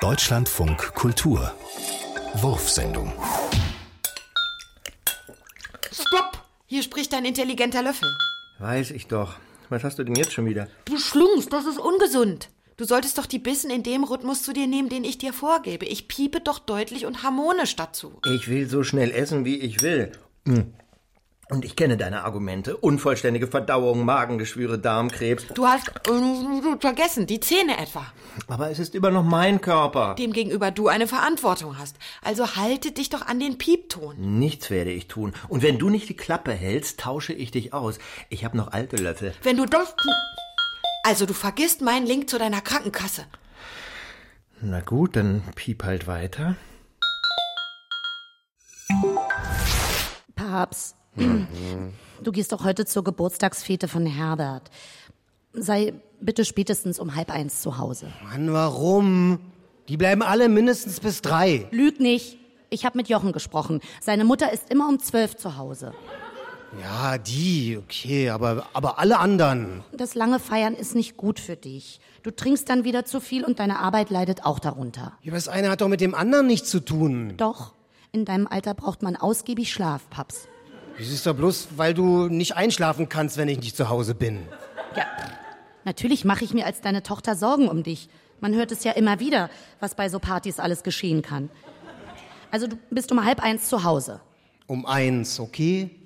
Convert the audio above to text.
Deutschlandfunk Kultur. Wurfsendung. Stopp! Hier spricht ein intelligenter Löffel. Weiß ich doch. Was hast du denn jetzt schon wieder? Du schlungst, das ist ungesund. Du solltest doch die Bissen in dem Rhythmus zu dir nehmen, den ich dir vorgebe. Ich piepe doch deutlich und harmonisch dazu. Ich will so schnell essen, wie ich will. Hm. Und ich kenne deine Argumente. Unvollständige Verdauung, Magengeschwüre, Darmkrebs. Du hast äh, vergessen, die Zähne etwa, Aber es ist immer noch mein Körper. demgegenüber du eine Verantwortung hast. Also halte dich doch an den Piepton. Nichts werde ich tun. Und wenn du nicht die Klappe hältst, tausche ich dich aus. Ich habe noch alte Löffel. Wenn du das... tu- Also du vergisst meinen Link zu deiner Krankenkasse. Na gut, dann piep halt weiter. Papst, du gehst doch heute zur Geburtstagsfete von Herbert. Sei bitte spätestens um halb eins zu Hause. Mann, warum? Die bleiben alle mindestens bis drei. Lüg nicht. Ich habe mit Jochen gesprochen. Seine Mutter ist immer um zwölf zu Hause. Ja, die, okay, aber, aber alle anderen. Das lange Feiern ist nicht gut für dich. Du trinkst dann wieder zu viel und deine Arbeit leidet auch darunter. Ja, aber Das eine hat doch mit dem anderen nichts zu tun. Doch, in deinem Alter braucht man ausgiebig Schlaf, Paps. Das ist doch bloß, weil du nicht einschlafen kannst, wenn ich nicht zu Hause bin. Ja, natürlich mache ich mir als deine Tochter Sorgen um dich. Man hört es ja immer wieder, was bei so Partys alles geschehen kann. Also du bist um halb eins zu Hause. Um eins, okay?